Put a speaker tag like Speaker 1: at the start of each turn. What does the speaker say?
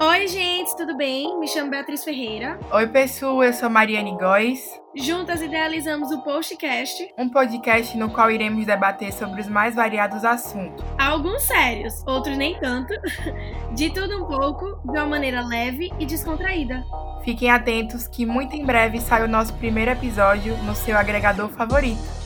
Speaker 1: Oi, gente, tudo bem? Me chamo Beatriz Ferreira.
Speaker 2: Oi, pessoal, eu sou Mariane Góes,
Speaker 1: Juntas idealizamos o Postcast,
Speaker 2: um podcast no qual iremos debater sobre os mais variados assuntos.
Speaker 1: alguns sérios, outros nem tanto, de tudo um pouco, de uma maneira leve e descontraída.
Speaker 2: Fiquem atentos que muito em breve sai o nosso primeiro episódio no seu agregador favorito.